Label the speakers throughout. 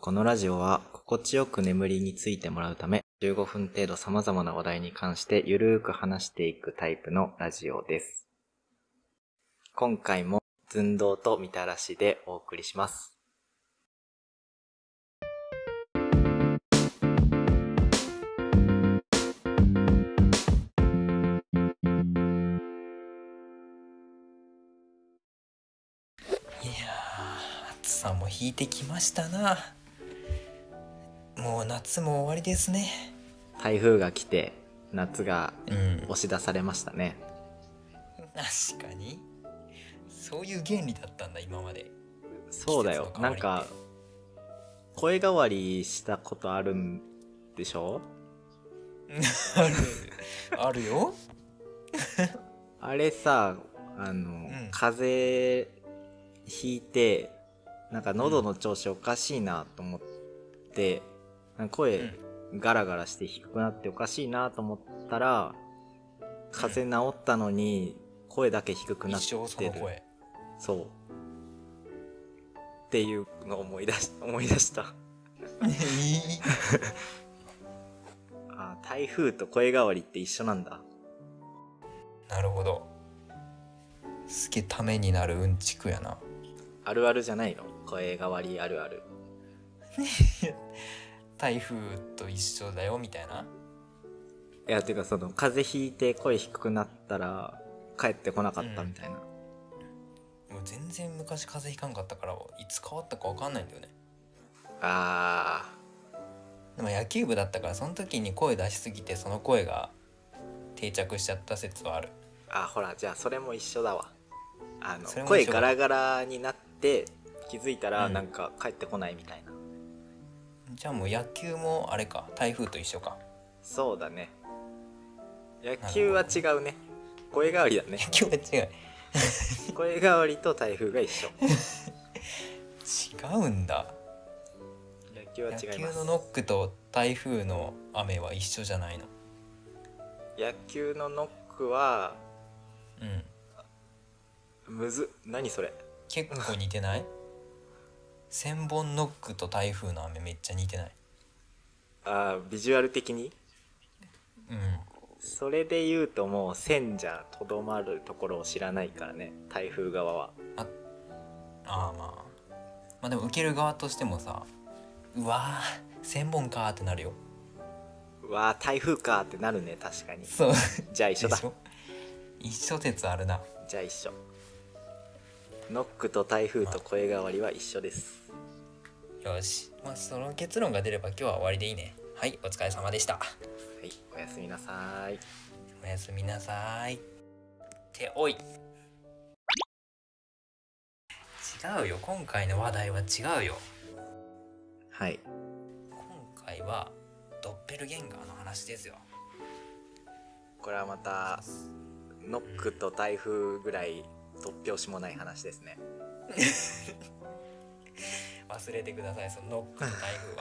Speaker 1: このラジオは心地よく眠りについてもらうため15分程度様々な話題に関してゆるーく話していくタイプのラジオです。今回も寸胴とみたらしでお送りします。
Speaker 2: いやー暑さも引いてきましたなもう夏も終わりですね
Speaker 1: 台風が来て夏が
Speaker 2: うん
Speaker 1: 押し出されましたね。
Speaker 2: 確かにそういう原理だったんだ今 まで
Speaker 1: そうだよ
Speaker 2: 季。節の
Speaker 1: な
Speaker 2: 変わ
Speaker 1: ん
Speaker 2: りっ
Speaker 1: か
Speaker 2: て
Speaker 1: 声変わりしたことあるんでしょ
Speaker 2: あるよ
Speaker 1: あれさ、あの、
Speaker 2: ん
Speaker 1: 風邪ひいて、なんか喉の調子おかしいなと思って、なんか声ガラガラして低くなっておかしいなと思ったら、風邪治ったのに声だけ低くなっ
Speaker 2: 一生そ
Speaker 1: て
Speaker 2: の
Speaker 1: る。
Speaker 2: 声
Speaker 1: そう。っていうのを思い出し、思い出した。あ、台風と声変わりって一緒なんだ。
Speaker 2: なるほどすげえためになるうんちくやな
Speaker 1: あるあるじゃないの声変わりあるある。
Speaker 2: 台風と一緒だよみたいない
Speaker 1: や、てかその、風邪ひいて声低くなったら、帰ってこなかったみたいな。
Speaker 2: もう全然昔風邪ひかんかったからいつ変わったか分かんないんだよね
Speaker 1: あ
Speaker 2: でも野球部だったからその時に声出しすぎてその声が定着しちゃった説はある
Speaker 1: ー、あ、ほら、じゃあそれも一緒だわ。あの
Speaker 2: それ、も
Speaker 1: 声
Speaker 2: 一緒
Speaker 1: ガ
Speaker 2: だ
Speaker 1: ラガラになって、気づいたら
Speaker 2: うん
Speaker 1: なんか帰ってこないみたいな。
Speaker 2: じゃあもう野球もあれか台風と一緒か
Speaker 1: そうだね。野球は違うね。声変わりだね
Speaker 2: 野。球は違う
Speaker 1: 声変わりと台風が一緒。
Speaker 2: 違うんだ
Speaker 1: 野球は違
Speaker 2: 野
Speaker 1: い
Speaker 2: 球
Speaker 1: ま
Speaker 2: の
Speaker 1: す。
Speaker 2: ノックと台風の雨は一緒じゃないの
Speaker 1: 野球のノックは、
Speaker 2: うん
Speaker 1: むずっ、何それ。
Speaker 2: 結構似てない千本ノックと台風の雨めっちゃ似てない
Speaker 1: あービジュアル的に
Speaker 2: うん
Speaker 1: それで言うともう線じゃとどまるところを知らないからね台風側は
Speaker 2: ああまあまあでも受ける側としてもさうわー千本かーってなるよ
Speaker 1: うわあ台風かってなるね確かに
Speaker 2: そう
Speaker 1: じゃあ一緒だ
Speaker 2: でしょ一緒説あるな
Speaker 1: じゃあ一緒ノックと台風と声変わりは一緒です
Speaker 2: よしまあその結論が出れば今日は終わりでいいねはいお疲れ様でした
Speaker 1: はいおやすみなさい
Speaker 2: おやすみなさいっておい違うよ今回の話題は違うよ
Speaker 1: はい
Speaker 2: 今回はドッペルゲンガーの話ですよ
Speaker 1: これはまたノックと台風ぐらい突拍子もない話ですね
Speaker 2: 忘れてくださいそのノックと台風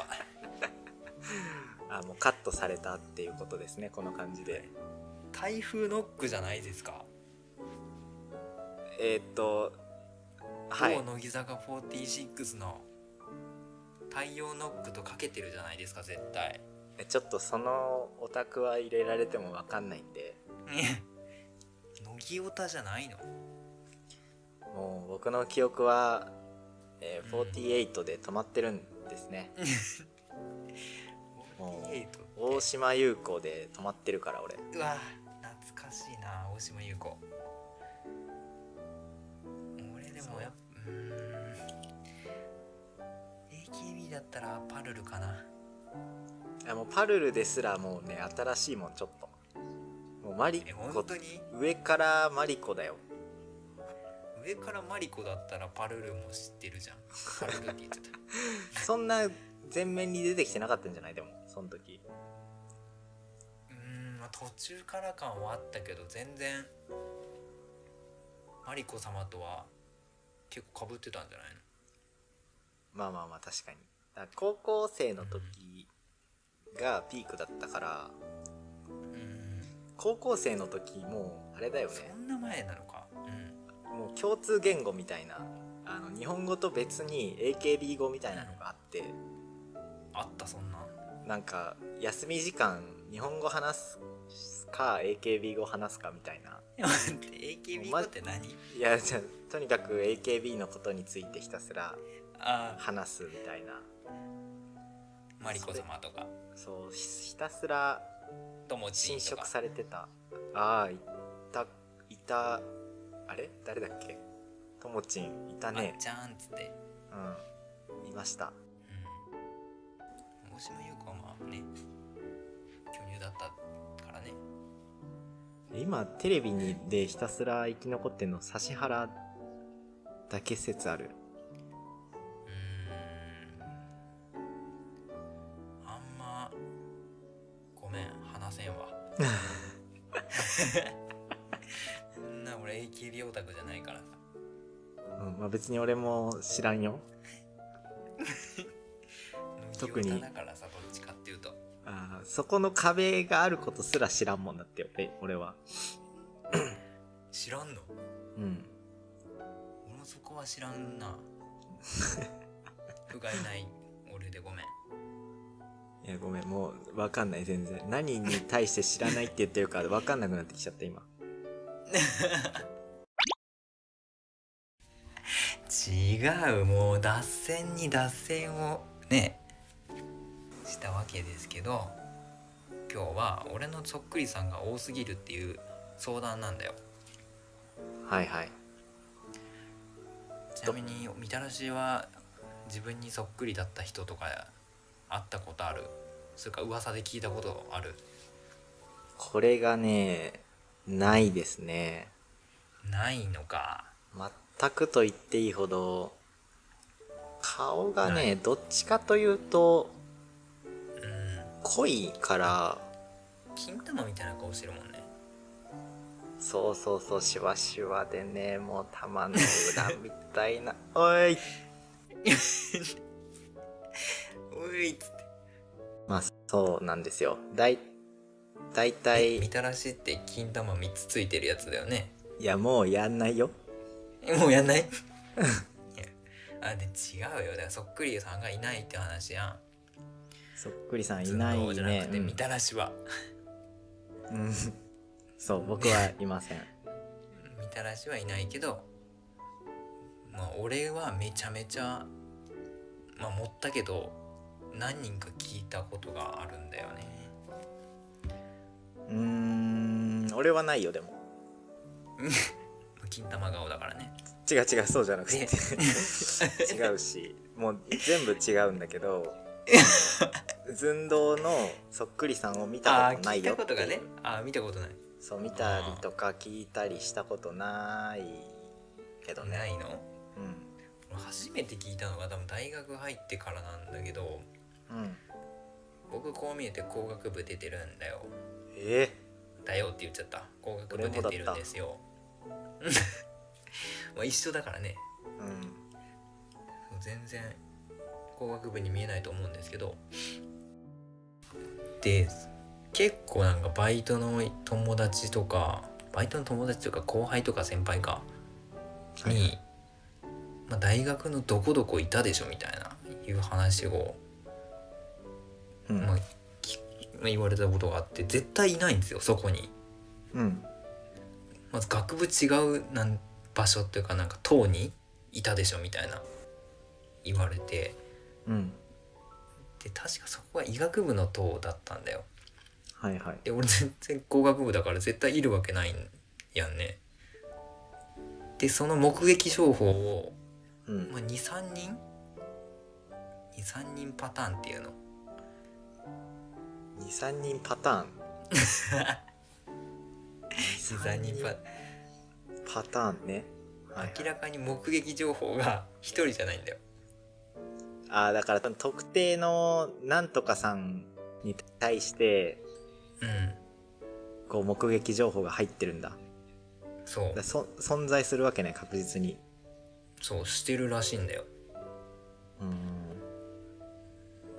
Speaker 2: は
Speaker 1: あもうカットされたっていうことですねこの感じ で
Speaker 2: 台風ノックじゃないですか、
Speaker 1: えーっとはい
Speaker 2: 某乃木坂46の太陽ノックとかけてるじゃないですか絶対
Speaker 1: えちょっとそのオタクは入れられても分かんないんで
Speaker 2: 乃木オタじゃないの
Speaker 1: もう僕の記憶は、えー
Speaker 2: うん
Speaker 1: 48で止まってるんです ね、もう
Speaker 2: 48
Speaker 1: 大島優子で止まってるから俺
Speaker 2: うわ懐かしいな大島優子俺でもやっぱうーん AKB だったらパルルかな
Speaker 1: あもうパルルですらもうね新しいもんちょっともうマリ
Speaker 2: え
Speaker 1: コ
Speaker 2: 本当に
Speaker 1: 上からマリコだよ
Speaker 2: 上からマリコだったらパルルも知ってるじゃんパルルって言 ってた
Speaker 1: そんな前面に出てきてなかったんじゃないでもその時
Speaker 2: うーんまあ途中から感はあったけど全然マリコ様とは結構かぶってたんじゃないの
Speaker 1: まあまあまあ確かにだから高校生の時がピークだったから
Speaker 2: うーん
Speaker 1: 高校生の時もうあれだよね
Speaker 2: そんな前なのかうん
Speaker 1: もう共通言語みたいなあの日本語と別に AKB 語みたいなのがあって、
Speaker 2: あったそんなん
Speaker 1: なんか休み時間日本語話すか AKB 語話すかみたいな
Speaker 2: え待って AKB 語って何
Speaker 1: いやじゃあとにかく AKB のことについてひたすら
Speaker 2: あ
Speaker 1: 話すみたいな
Speaker 2: ーマリコ様とか
Speaker 1: そうひひたすら
Speaker 2: 友
Speaker 1: 侵
Speaker 2: 知とか
Speaker 1: 食されてたああいたいたあれ誰だっけともちんいた
Speaker 2: あ
Speaker 1: ね
Speaker 2: っちゃんっつって、
Speaker 1: うんいました
Speaker 2: うん、大島優子はまあね巨乳だったからね
Speaker 1: 今テレビにでひたすら生き残ってんの指原だけ説ある
Speaker 2: うーんあんまごめん話せ んわ そんな俺 AKB オタクじゃないからさ
Speaker 1: うんまあ、別に俺も知らんよ特に
Speaker 2: 乃木オタだからさどっちかっていうと
Speaker 1: あーそこの壁があることすら知らんもんだってよえ俺は
Speaker 2: 知らんの
Speaker 1: うん
Speaker 2: 俺もそこは知らん な不甲斐ない俺でごめん
Speaker 1: いやごめんもう分かんない全然何に対して知らないって言ってるか分かんなくなってきちゃった今
Speaker 2: 違うもう脱線に脱線をねしたわけですけど今日は俺のそっくりさんが多すぎるっていう相談なんだよ
Speaker 1: はいはい
Speaker 2: ちなみにみたらしは自分にそっくりだった人とか会ったことあるそれか噂で聞いたことある
Speaker 1: これがねないですね
Speaker 2: ないのか
Speaker 1: 全くと言っていいほど顔が
Speaker 2: な
Speaker 1: ねどっちかというと
Speaker 2: うん
Speaker 1: 濃いから
Speaker 2: 金玉みたいな顔してるもんね
Speaker 1: そうそうそうシワシワでねもう玉の裏みたいな おい
Speaker 2: おいっつって
Speaker 1: まあそうなんですよだいだいたい
Speaker 2: み
Speaker 1: い
Speaker 2: たらしって金玉3つついてるやつだよね
Speaker 1: やもうやんないよ
Speaker 2: えもうやんないいやあで違うよだからそっくりさんがいないって話やん
Speaker 1: そっくりさんいない
Speaker 2: 寸胴じゃな
Speaker 1: ね
Speaker 2: くて
Speaker 1: うん
Speaker 2: みたらしは、
Speaker 1: うん そう僕はいません
Speaker 2: みたらしはいないけどまあ俺はめちゃめちゃまあ持ったけど何人か聞いたことがあるんだよね
Speaker 1: うーん俺はないよでも
Speaker 2: 金玉顔だからね
Speaker 1: 違う違うそうじゃなくて
Speaker 2: ね
Speaker 1: 違うしもう全部違うんだけ ど寸胴のそっくりさんを見た
Speaker 2: あ
Speaker 1: こ
Speaker 2: ー
Speaker 1: とな
Speaker 2: 聞い
Speaker 1: いよ
Speaker 2: た
Speaker 1: ってい
Speaker 2: こ
Speaker 1: う
Speaker 2: とがねあー見たことない
Speaker 1: そう見たりとか聞いたりしたことないけどね
Speaker 2: ないの
Speaker 1: う
Speaker 2: 俺初めて聞いたのが多分大学入ってからなんだけど
Speaker 1: ん、うん、
Speaker 2: 僕こう見えて工学部出てるんだよ
Speaker 1: え
Speaker 2: だよって言っちゃった工学部出てるんですよ まあ一緒だからね
Speaker 1: えう
Speaker 2: 全然工学部に見えないと思うんですけどで結構なんかバイトの友達とかバイトの友達というか後輩とか先輩か
Speaker 1: ん
Speaker 2: に、まあ、大学のどこどこいたでしょみたいないう話を、
Speaker 1: うん
Speaker 2: まあ、きまあ言われたことがあって絶対いないんですよそこに。
Speaker 1: うん
Speaker 2: まず学部違うなん場所っていうかなんか党にいたでしょみたいな言われて
Speaker 1: うん
Speaker 2: で確かそこが医学部の党だったんだよ
Speaker 1: はいはい
Speaker 2: で俺全然工学部だから絶対いるわけないんやんねでその目撃情報を、
Speaker 1: うん
Speaker 2: まあ、23人23人パターンっていうの
Speaker 1: 23人パターン
Speaker 2: 23人パ
Speaker 1: パターンね、はいはい
Speaker 2: 明らかに目撃情報が1人じゃないんだよ
Speaker 1: ああだから特定のなんとかさんに対して
Speaker 2: うん
Speaker 1: こう目撃情報が入ってるんだだか
Speaker 2: そう
Speaker 1: らそ存在するわけね確実に
Speaker 2: そうしてるらしいんだよ
Speaker 1: う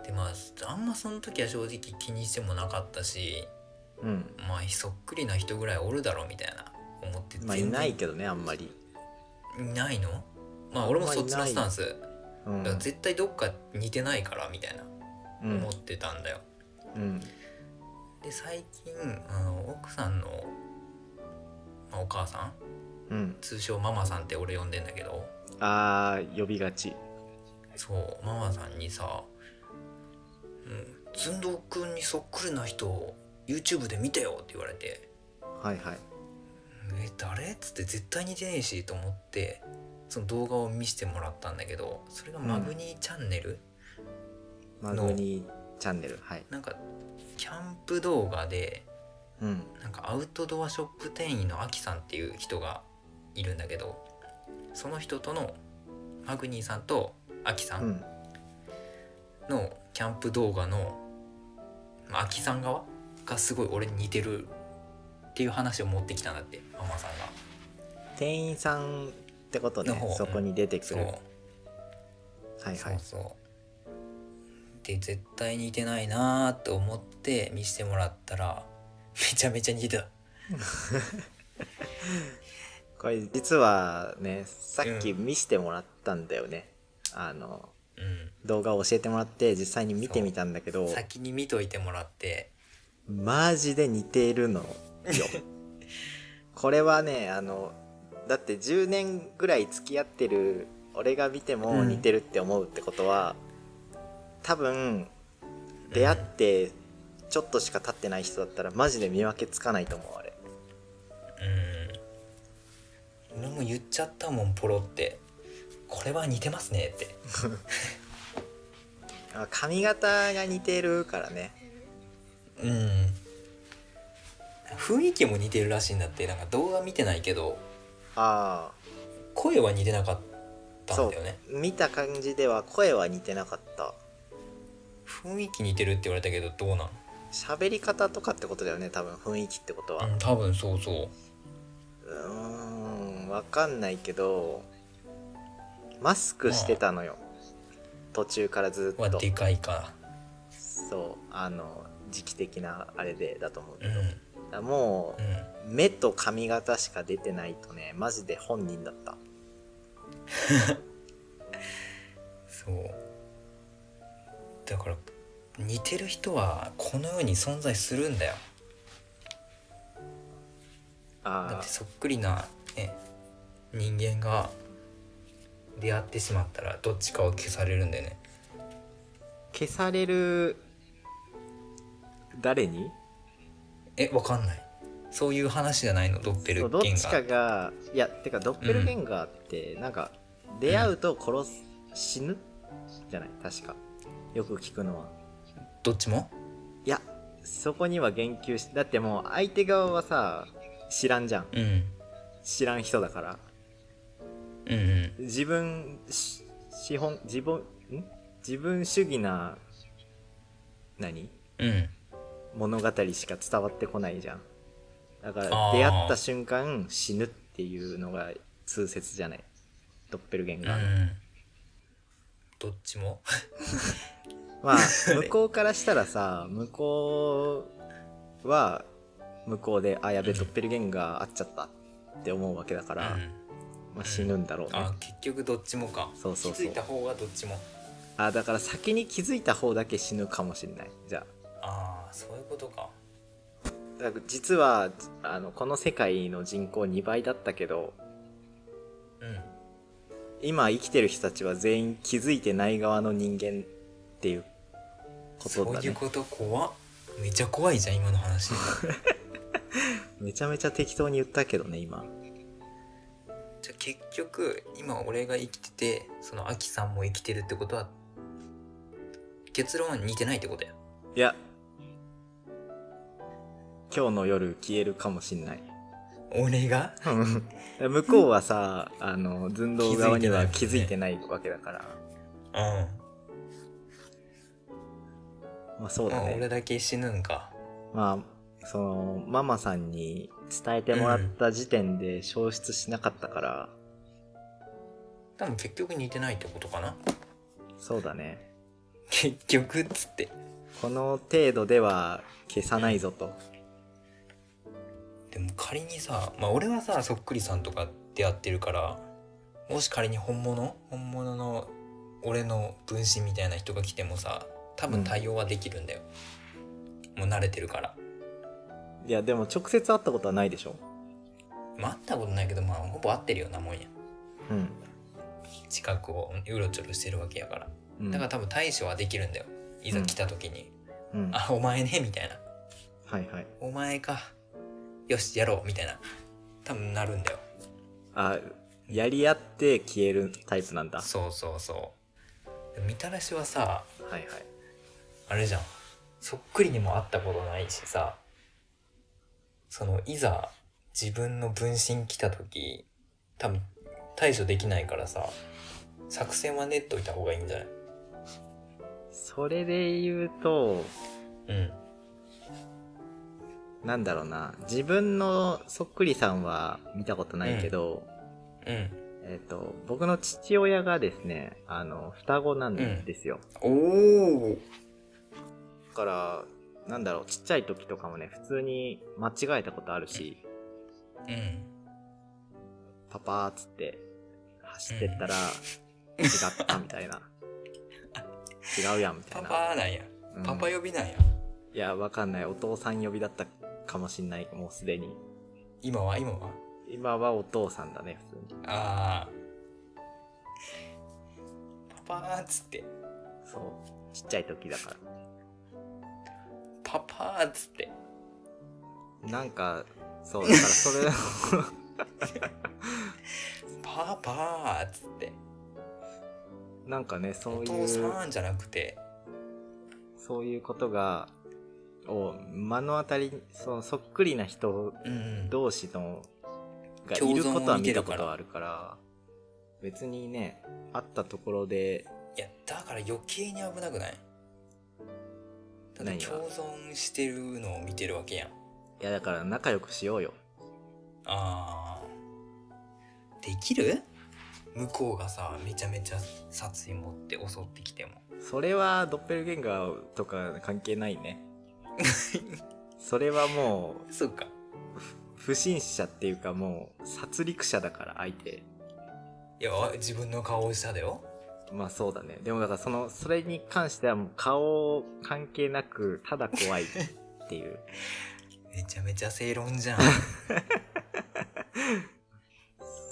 Speaker 1: ん
Speaker 2: でまああんまその時は正直気にしてもなかったし
Speaker 1: うん
Speaker 2: まあそっくりな人ぐらいおるだろうみたいな思って
Speaker 1: まあいない
Speaker 2: 全
Speaker 1: けどねあんまり、
Speaker 2: 然いないのまあ俺もそっちのスタンス、
Speaker 1: うん
Speaker 2: だから絶対どっか似てないからみたいな
Speaker 1: うん
Speaker 2: 思ってたんだよ。
Speaker 1: うん
Speaker 2: で最近あの奥さんの、まあ、お母さん
Speaker 1: うん
Speaker 2: 通称ママさんって俺呼んでんだけど
Speaker 1: あー呼びがち
Speaker 2: そうママさんにさ「うん寸胴くんにそっくりな人を YouTube で見てよ」って言われて
Speaker 1: はいはい
Speaker 2: 「え誰?」っつって絶対似てねえしと思ってその動画を見せてもらったんだけどそれがマグニーチャンネル、
Speaker 1: マグニチャンネルはい
Speaker 2: なんかキャンプ動画で
Speaker 1: うん
Speaker 2: なんかアウトドアショップ店員のアキさんっていう人がいるんだけどその人とのマグニーさんとアキさ
Speaker 1: うんん
Speaker 2: のキャンプ動画の、まあ、アキさん側がすごい俺に似てるっていう話を持ってきたんだってママさんが。
Speaker 1: 店員さんってこと
Speaker 2: の方
Speaker 1: ねそこに出てく
Speaker 2: そう
Speaker 1: るはい
Speaker 2: そ
Speaker 1: は
Speaker 2: う
Speaker 1: い
Speaker 2: そうで絶対似てないなーって思って見せてもらったら めちゃめちゃ似てた。
Speaker 1: これ実はねさっき
Speaker 2: う
Speaker 1: 見せてもらったんだよね、あの
Speaker 2: うん
Speaker 1: 動画を教えてもらって実際に見てみたんだけど
Speaker 2: 先に見といてもらって
Speaker 1: マジで似ている のよこれはねあのだって10年ぐらい付き合ってる俺が見ても
Speaker 2: うん
Speaker 1: 似てるって思うってことは、多分出会ってちょっとしか経ってない人だったらマジで見分けつかないと思うあれ
Speaker 2: うん俺も言っちゃったもんポロってこれは似てますねって
Speaker 1: あ髪型が似てるからね
Speaker 2: うん雰囲気も似てるらしいんだってなんか動画見てないけど
Speaker 1: あ
Speaker 2: 声は似てなかったんだよね
Speaker 1: あ見た感じでは声は似てなかった
Speaker 2: 雰囲気似てるって言われたけどどうなん
Speaker 1: 喋り方とかってことだよね多分雰囲気ってことは、
Speaker 2: うん多分そうそう
Speaker 1: ーんわかんないけどマスクしてたのよ、途中からず
Speaker 2: う
Speaker 1: っ
Speaker 2: は
Speaker 1: と
Speaker 2: でかいか
Speaker 1: そうあの時期的なあれでだと思うけ
Speaker 2: うん
Speaker 1: ど、だからも
Speaker 2: うん
Speaker 1: う目と髪型しか出てないとねマジで本人だった
Speaker 2: そうだから似てる人はこの世に存在するんだよだっ
Speaker 1: あ
Speaker 2: てそっくりな、ね、人間が出会ってしまったらどっちかを消されるんだよね
Speaker 1: ー消される誰に
Speaker 2: えわかんないそういう話じゃないのドッペル
Speaker 1: そうどっ
Speaker 2: ゲン
Speaker 1: ち
Speaker 2: ガ
Speaker 1: か
Speaker 2: ー
Speaker 1: がいやてかドッペルゲンガーってなんか出会うと殺す、死ぬじゃない確かよく聞くのは
Speaker 2: どっちも
Speaker 1: いやそこには言及しだってもう相手側はさ知らんじゃん
Speaker 2: うん
Speaker 1: 知らん人だから
Speaker 2: うんうん
Speaker 1: 自分し資本自分ん自分主義な何
Speaker 2: うん
Speaker 1: 物語しか伝わってこないじゃんだから
Speaker 2: あー
Speaker 1: 出会った瞬間死ぬっていうのが通説じゃないドッペルゲン
Speaker 2: う
Speaker 1: ガーの、
Speaker 2: んどっちも
Speaker 1: まあ向こうからしたらさ向こうは向こうであやべドッペルゲンガー会っちゃったって思うわけだか
Speaker 2: う
Speaker 1: ら、
Speaker 2: ん
Speaker 1: まあ、死ぬんだろうね、
Speaker 2: あ結局どっちもか
Speaker 1: そうそうそう
Speaker 2: 気づいた方がどっちも
Speaker 1: あだから先に気づいた方だけ死ぬかもしれないじゃあ
Speaker 2: ああそういうことか
Speaker 1: だから実はあのこの世界の人口2倍だったけど
Speaker 2: うん
Speaker 1: 今生きてる人たちは全員気づいてない側の人間っていうこと
Speaker 2: そう
Speaker 1: だ
Speaker 2: いう
Speaker 1: ね
Speaker 2: こと怖っめっちゃ怖いじゃん今の話
Speaker 1: めちゃめちゃ適当に言ったけどね今
Speaker 2: じゃあ結局今俺が生きててそのアキさんも生きてるってことは結論似てないってことや
Speaker 1: いや今日の夜消えるかもしん ない
Speaker 2: 俺が
Speaker 1: うん向こうはさあの寸胴側には気づいてないわけだから、
Speaker 2: うん、
Speaker 1: まあそうだ
Speaker 2: まあ
Speaker 1: ね
Speaker 2: 俺だけ死ぬんか
Speaker 1: まあそのママさんに伝えてもらった時点で消失しなかったから、
Speaker 2: 多分結局似てないってことかな
Speaker 1: そうだね
Speaker 2: 結局っつって
Speaker 1: この程度では消さないぞと
Speaker 2: でも仮にさまあ俺はさそっくりさんとか出会ってるからもし仮に本物本物の俺の分身みたいな人が来てもさ多分対応はできるんだよ、もう慣れてるから
Speaker 1: いやでも直接会ったことはないでしょ
Speaker 2: まあ会ったことないけどまあほぼ合ってるようなもんや
Speaker 1: うん、
Speaker 2: 近くをうろちょろしてるわけやから
Speaker 1: うん、
Speaker 2: だから多分対処はできるんだよいざ来た時に
Speaker 1: うん
Speaker 2: 「あお前ね」みたいな
Speaker 1: はいはい
Speaker 2: 「お前かよしやろう」みたいな多分なるんだよ
Speaker 1: あやり合って消えるタイプなんだは
Speaker 2: そうそうそうみたらしはさ
Speaker 1: いはい
Speaker 2: あれじゃんそっくりにも会ったことないしさそのいざ自分の分身来た時多分対処できないからさ作戦は練っといた方がいいんじゃない
Speaker 1: それで言うと
Speaker 2: うん
Speaker 1: なんだろうな自分のそっくりさんは見たことないけど、
Speaker 2: うん
Speaker 1: えっ、と僕の父親がですねあの双子なんですよ、
Speaker 2: おお
Speaker 1: だからなんだろうちっちゃい時とかもね普通に間違えたことあるし、
Speaker 2: うん
Speaker 1: パパーっつって走ってったら違ったみたいな違うやんみた
Speaker 2: パ
Speaker 1: いな
Speaker 2: パなんや
Speaker 1: うん
Speaker 2: パパ呼びなんや、
Speaker 1: いやわかんないお父さん呼びだったかもしんないもうすでに
Speaker 2: 今は今は
Speaker 1: 今はお父さんだね普通に
Speaker 2: ああパパーっつって
Speaker 1: そうちっちゃい時だから
Speaker 2: パパーっつって
Speaker 1: なんかそうだからそれ
Speaker 2: パパーっつって
Speaker 1: なんかねそ
Speaker 2: お
Speaker 1: うい
Speaker 2: 父
Speaker 1: う
Speaker 2: さんじゃなくて
Speaker 1: そういうことがを目の当たりにそのそっくりな人
Speaker 2: うん
Speaker 1: 同士のが
Speaker 2: 共
Speaker 1: い
Speaker 2: 存
Speaker 1: る
Speaker 2: を
Speaker 1: ことは
Speaker 2: 見て
Speaker 1: 見
Speaker 2: る
Speaker 1: たこ
Speaker 2: から
Speaker 1: とはあるから別にね会ったところで
Speaker 2: いやだから余計に危なくないだって
Speaker 1: 何が
Speaker 2: 共存してるのを見てるわけやん
Speaker 1: いやだから仲良くしようよ
Speaker 2: あーできる向こうがさめちゃめちゃ殺意持って襲ってきても
Speaker 1: それはドッペルゲンガーとか関係ない ねそれはも
Speaker 2: そうか
Speaker 1: う不審者っていうかもう殺戮者だから相手
Speaker 2: いや自分の顔をしただよ
Speaker 1: まあそうだねでもだからそのそれに関してはもう顔関係なくただ怖いっていう
Speaker 2: めちゃめちゃ正論 じゃん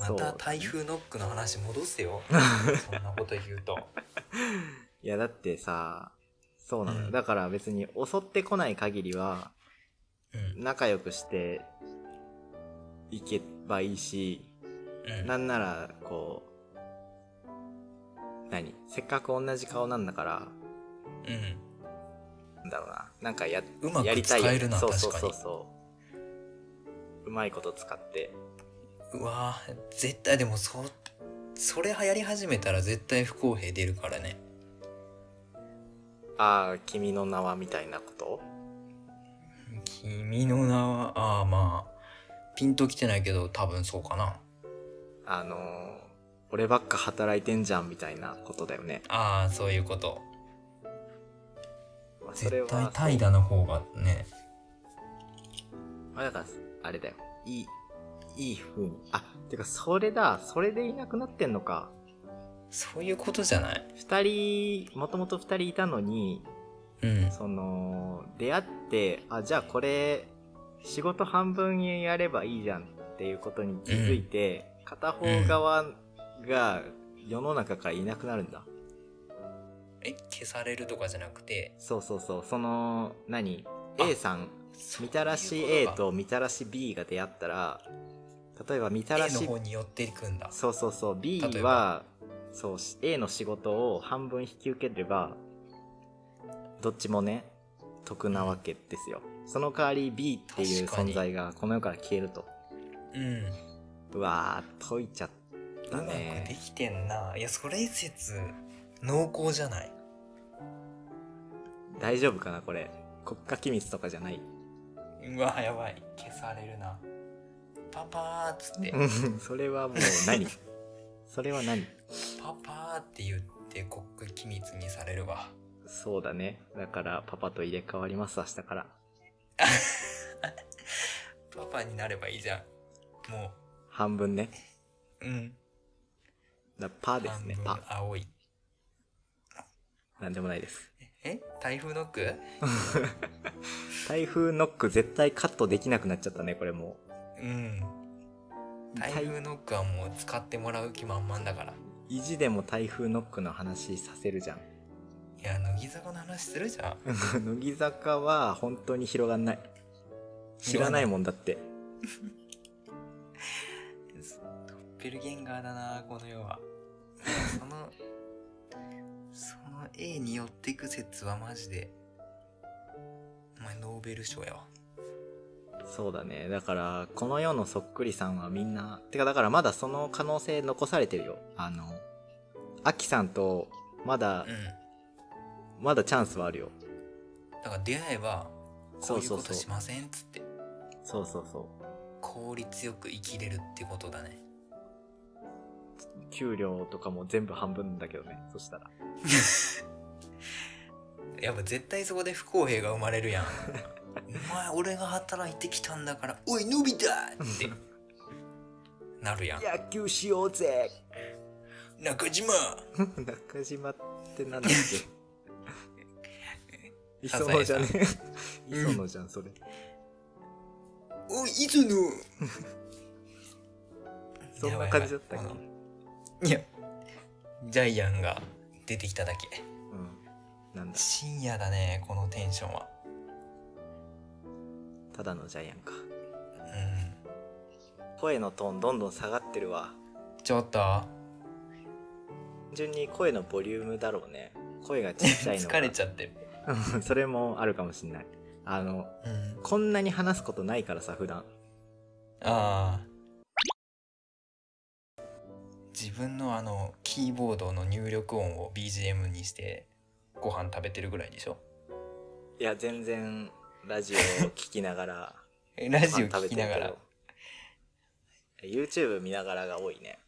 Speaker 2: ま
Speaker 1: そう
Speaker 2: た台風ノックの話戻 すよそんなこと言うと
Speaker 1: いやだってさそうなのよ、
Speaker 2: うん
Speaker 1: だから別に襲ってこない限りは
Speaker 2: うん
Speaker 1: 仲良くしていけばいいし
Speaker 2: うん
Speaker 1: なんならこう何せっかく同じ顔なんだからな
Speaker 2: う
Speaker 1: んだろうななんかや
Speaker 2: んうま
Speaker 1: や
Speaker 2: く
Speaker 1: りた
Speaker 2: 使
Speaker 1: いよ
Speaker 2: えるな
Speaker 1: そう
Speaker 2: 確
Speaker 1: そう
Speaker 2: か
Speaker 1: そ
Speaker 2: に
Speaker 1: うそううまいこと使って
Speaker 2: うわー絶対でもそそれ流行り始めたら絶対不公平出るからね
Speaker 1: ああ君の名はみたいなこと
Speaker 2: 君の名はああまあピンときてないけど多分そうかな
Speaker 1: あのー俺ばっか働いてんじゃんみたいなことだよね
Speaker 2: ああそういうこと
Speaker 1: まあそれ
Speaker 2: 絶
Speaker 1: は
Speaker 2: 対怠惰の方がね
Speaker 1: まあだからあれだよいいいい風にあてかそれだそれでいなくなってんのか
Speaker 2: そういうことじゃない
Speaker 1: 2人もともと2人いたのに
Speaker 2: うん
Speaker 1: その出会ってあじゃあこれ仕事半分やればいいじゃんっていうことに気づいて、片方側が世の中からいなくなるんだ、
Speaker 2: え消されるとかじゃなくて
Speaker 1: そうそうそうその何
Speaker 2: あ
Speaker 1: A さんみたら
Speaker 2: そう
Speaker 1: し
Speaker 2: い
Speaker 1: A
Speaker 2: うことか
Speaker 1: とみたらし B が出会ったら例えばみた
Speaker 2: A
Speaker 1: ら
Speaker 2: の
Speaker 1: し
Speaker 2: 方に寄っていくんだ
Speaker 1: そうそうそう B
Speaker 2: 例え
Speaker 1: は
Speaker 2: ば
Speaker 1: そうし A の仕事を半分引き受ければどっちもね得なわけですよ、その代わり B っていう
Speaker 2: 確かに
Speaker 1: 存在がこの世から消えると
Speaker 2: うん
Speaker 1: うわー解いちゃっ
Speaker 2: う
Speaker 1: た
Speaker 2: まくで
Speaker 1: ね
Speaker 2: きてんないやそれ説濃厚じゃない
Speaker 1: 大丈夫かなこれ国家機密とかじゃないう
Speaker 2: わやばい消されるなパパーっつって
Speaker 1: うんそれはもう 何それは何
Speaker 2: パパーって言ってコック機密にされるわ
Speaker 1: そうだねだからパパと入れ替わります明日から
Speaker 2: パパになればいいじゃんも
Speaker 1: 半分ね
Speaker 2: ううん
Speaker 1: だパーですね
Speaker 2: 半
Speaker 1: パ
Speaker 2: 分青い
Speaker 1: なんでもないです
Speaker 2: え台風ノック
Speaker 1: 台風ノック絶対カットできなくなっちゃったねこれも
Speaker 2: うん
Speaker 1: う
Speaker 2: 台風ノックはもう使ってもらう気満々だから
Speaker 1: 意地でも台風ノックの話させるじゃん
Speaker 2: いや乃木坂の話するじゃん
Speaker 1: 乃木坂は本当に広がんない知らないもんだって
Speaker 2: ドッペルゲンガーだなこの世はそのその A に寄っていく説はマジでお前ノーベル賞やわ
Speaker 1: そうだねだからこの世のそっくりさんはみんなてかだからまだその可能性残されてるよあのアキさんとまだ
Speaker 2: うん
Speaker 1: まだチャンスはあるよ
Speaker 2: だから出会えばこ
Speaker 1: そうう
Speaker 2: いう
Speaker 1: そう
Speaker 2: こと
Speaker 1: そう
Speaker 2: しませんっつって
Speaker 1: そうそうそ
Speaker 2: 効率よく生きれるってことだね
Speaker 1: う給料とかも全部半分だけどねそしたら
Speaker 2: やっぱ絶対そこで不公平が生まれ るやんお前俺が働いてきたんだからおい伸びたってなるやん
Speaker 1: 野球しようぜ
Speaker 2: 中島
Speaker 1: 中島ってなんだっ け磯野じゃね
Speaker 2: うん
Speaker 1: 磯野じゃんそれ
Speaker 2: おい磯野
Speaker 1: そんな感じだったっ
Speaker 2: や
Speaker 1: け
Speaker 2: ばいやばいいやジャイアンが出てきただけ
Speaker 1: うんなんだ
Speaker 2: 深夜だねこのテンションは
Speaker 1: ただのジャイアンか
Speaker 2: うん
Speaker 1: 声のトーンどんどん下がってるわ
Speaker 2: ちょっと
Speaker 1: 単純に声のボリュームだろうね声がちっちゃいのが
Speaker 2: 疲れちゃってる
Speaker 1: うん それもあるかもしんないあの
Speaker 2: うん
Speaker 1: こんなに話すことないからさ普段
Speaker 2: ああ自分のあのキーボードの入力音を BGM にしてご飯食べてるぐらいでしょ
Speaker 1: いや全然ラジオを聞きながら
Speaker 2: え ラ
Speaker 1: ラ
Speaker 2: ジオ聞きながら
Speaker 1: YouTube 見ながらが多いね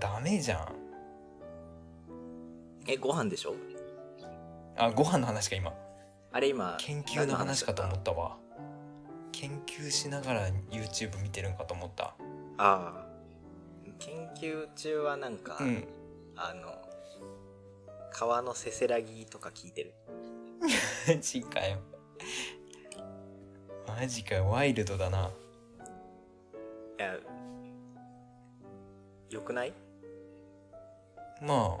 Speaker 2: ダメじゃん
Speaker 1: えご飯でしょ
Speaker 2: あご飯の話か今
Speaker 1: あれ今
Speaker 2: 研究の話かと思
Speaker 1: 何
Speaker 2: ったわ研究しながら YouTube 見てるんかと思った
Speaker 1: の話だったああ研究中はなんか、
Speaker 2: うん
Speaker 1: あの川のせせらぎとか聞いてる
Speaker 2: マジかよマジかよワイルドだない
Speaker 1: やよくない
Speaker 2: まあ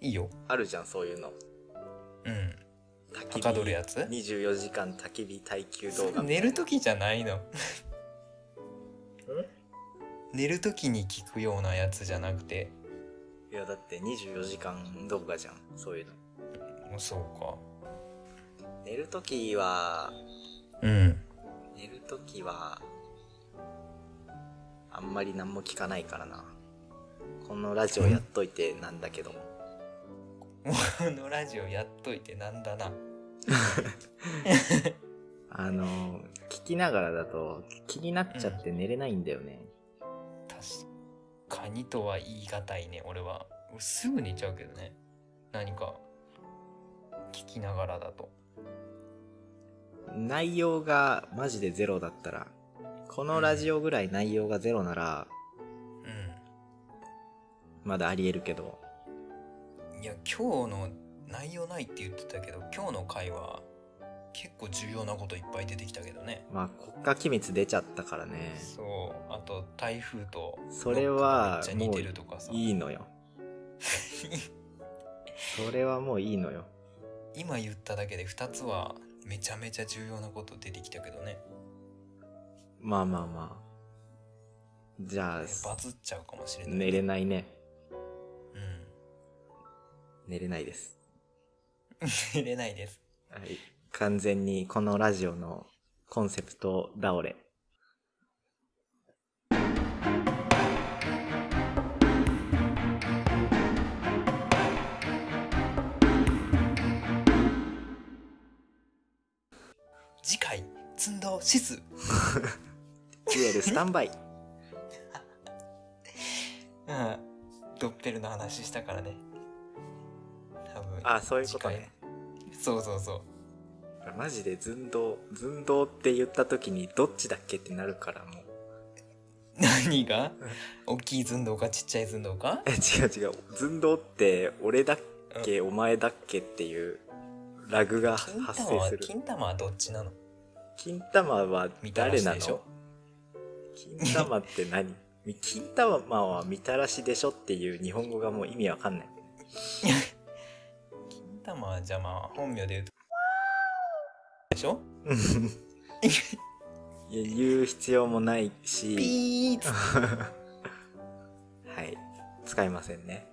Speaker 2: いいよ
Speaker 1: あるじゃんそういうの
Speaker 2: うん
Speaker 1: 焚
Speaker 2: はかどるやつ
Speaker 1: 24時間焚き火耐久動画
Speaker 2: 寝る時じゃないの寝る時に聞くようなやつじゃなくて
Speaker 1: いやだって24時間動画じゃんそういうの
Speaker 2: もうそう
Speaker 1: 寝るときは
Speaker 2: かうん
Speaker 1: 寝るときはあんまり何も聞かないからなこのラジオやっといてなんだけども
Speaker 2: このラジオやっといてなんだな
Speaker 1: あの聞きながらだと気になっちゃって寝れないんだよね、
Speaker 2: 確かにとは言い難いね俺は俺すぐ寝ちゃうけどね何か聞きながらだと
Speaker 1: 内容がマジでゼロだったらこのラジオぐらい内容がゼロなら
Speaker 2: うん
Speaker 1: まだありえるけど
Speaker 2: いや今日の内容ないって言ってたけど今日の回は結構重要なこといっぱい出てきたけどね
Speaker 1: まあ国家機密出ちゃったからね
Speaker 2: そうあと台風と
Speaker 1: それは
Speaker 2: ロックがめっちゃ似てるとかさ
Speaker 1: いいのよそれはもういいのよ
Speaker 2: 今言っただけで2つはめちゃめちゃ重要なこと出てきたけどね
Speaker 1: まあまあまあじゃ
Speaker 2: バ
Speaker 1: あ
Speaker 2: ズっちゃうかもしれない、
Speaker 1: 寝れないね
Speaker 2: うん、 寝
Speaker 1: 寝れないです
Speaker 2: れないです
Speaker 1: はい完全にこのラジオのコンセプト倒れ
Speaker 2: 次回寸胴指数
Speaker 1: デュエルスタンバイ
Speaker 2: うんドッペルの話したからね多分
Speaker 1: あそういうことね
Speaker 2: そうそうそう
Speaker 1: マジで寸胴寸胴って言った時にどっちだっけってなるからもう
Speaker 2: 何が大きい寸胴かちっちゃい寸胴か
Speaker 1: え違う違う寸胴って俺だけ、お前だっけっていうラグが
Speaker 2: 金
Speaker 1: 発
Speaker 2: 玉
Speaker 1: 生
Speaker 2: は
Speaker 1: する
Speaker 2: 金玉はどっちなの
Speaker 1: 金玉は
Speaker 2: みたら
Speaker 1: 誰
Speaker 2: し
Speaker 1: な
Speaker 2: でし
Speaker 1: の
Speaker 2: ょ
Speaker 1: 金玉って何金玉はみたらしでしょっていう日本語がもう意味わかんない
Speaker 2: 金玉はじゃあまあ本名で言うとでしょ
Speaker 1: いや言う必要もないし
Speaker 2: ピーッつって
Speaker 1: はい使いませんね